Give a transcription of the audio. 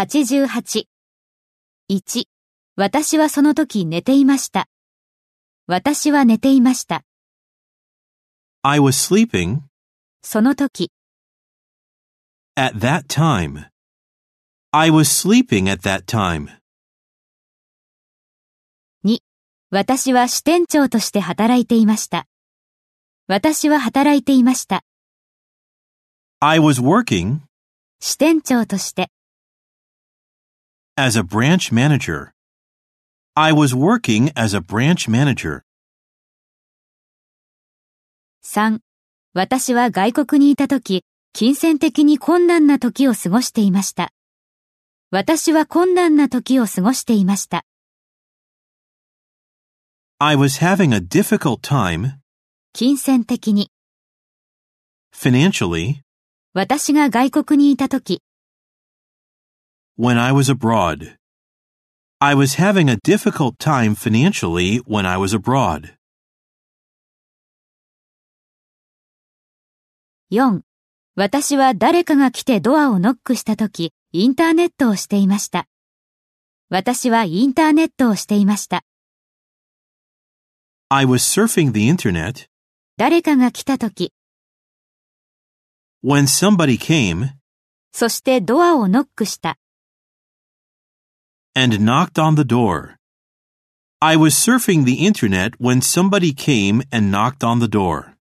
88。1、私はその時寝ていました。私は寝ていました。 I was sleeping その時、 at that time. I was sleeping at that time. 私は支店長として働いていました。私は働いていました。 I was working 支店長として、 as a branch manager. I was working as a branch manager. 3、私は外国にいた時、金銭的に困難な時を過ごしていました。私は困難な時を過ごしていました。 I was having a difficult time 金銭的に、 financially 私が外国にいた時、 when I was abroad. I was having a difficult time financially when I was abroad. 4. 私は誰かが来てドアをノックしたとき、インターネットをしていました。私はインターネットをしていました。 I was surfing the internet 誰かが来たとき、 when somebody came そしてドアをノックした。 and knocked on the door. I was surfing the internet when somebody came and knocked on the door.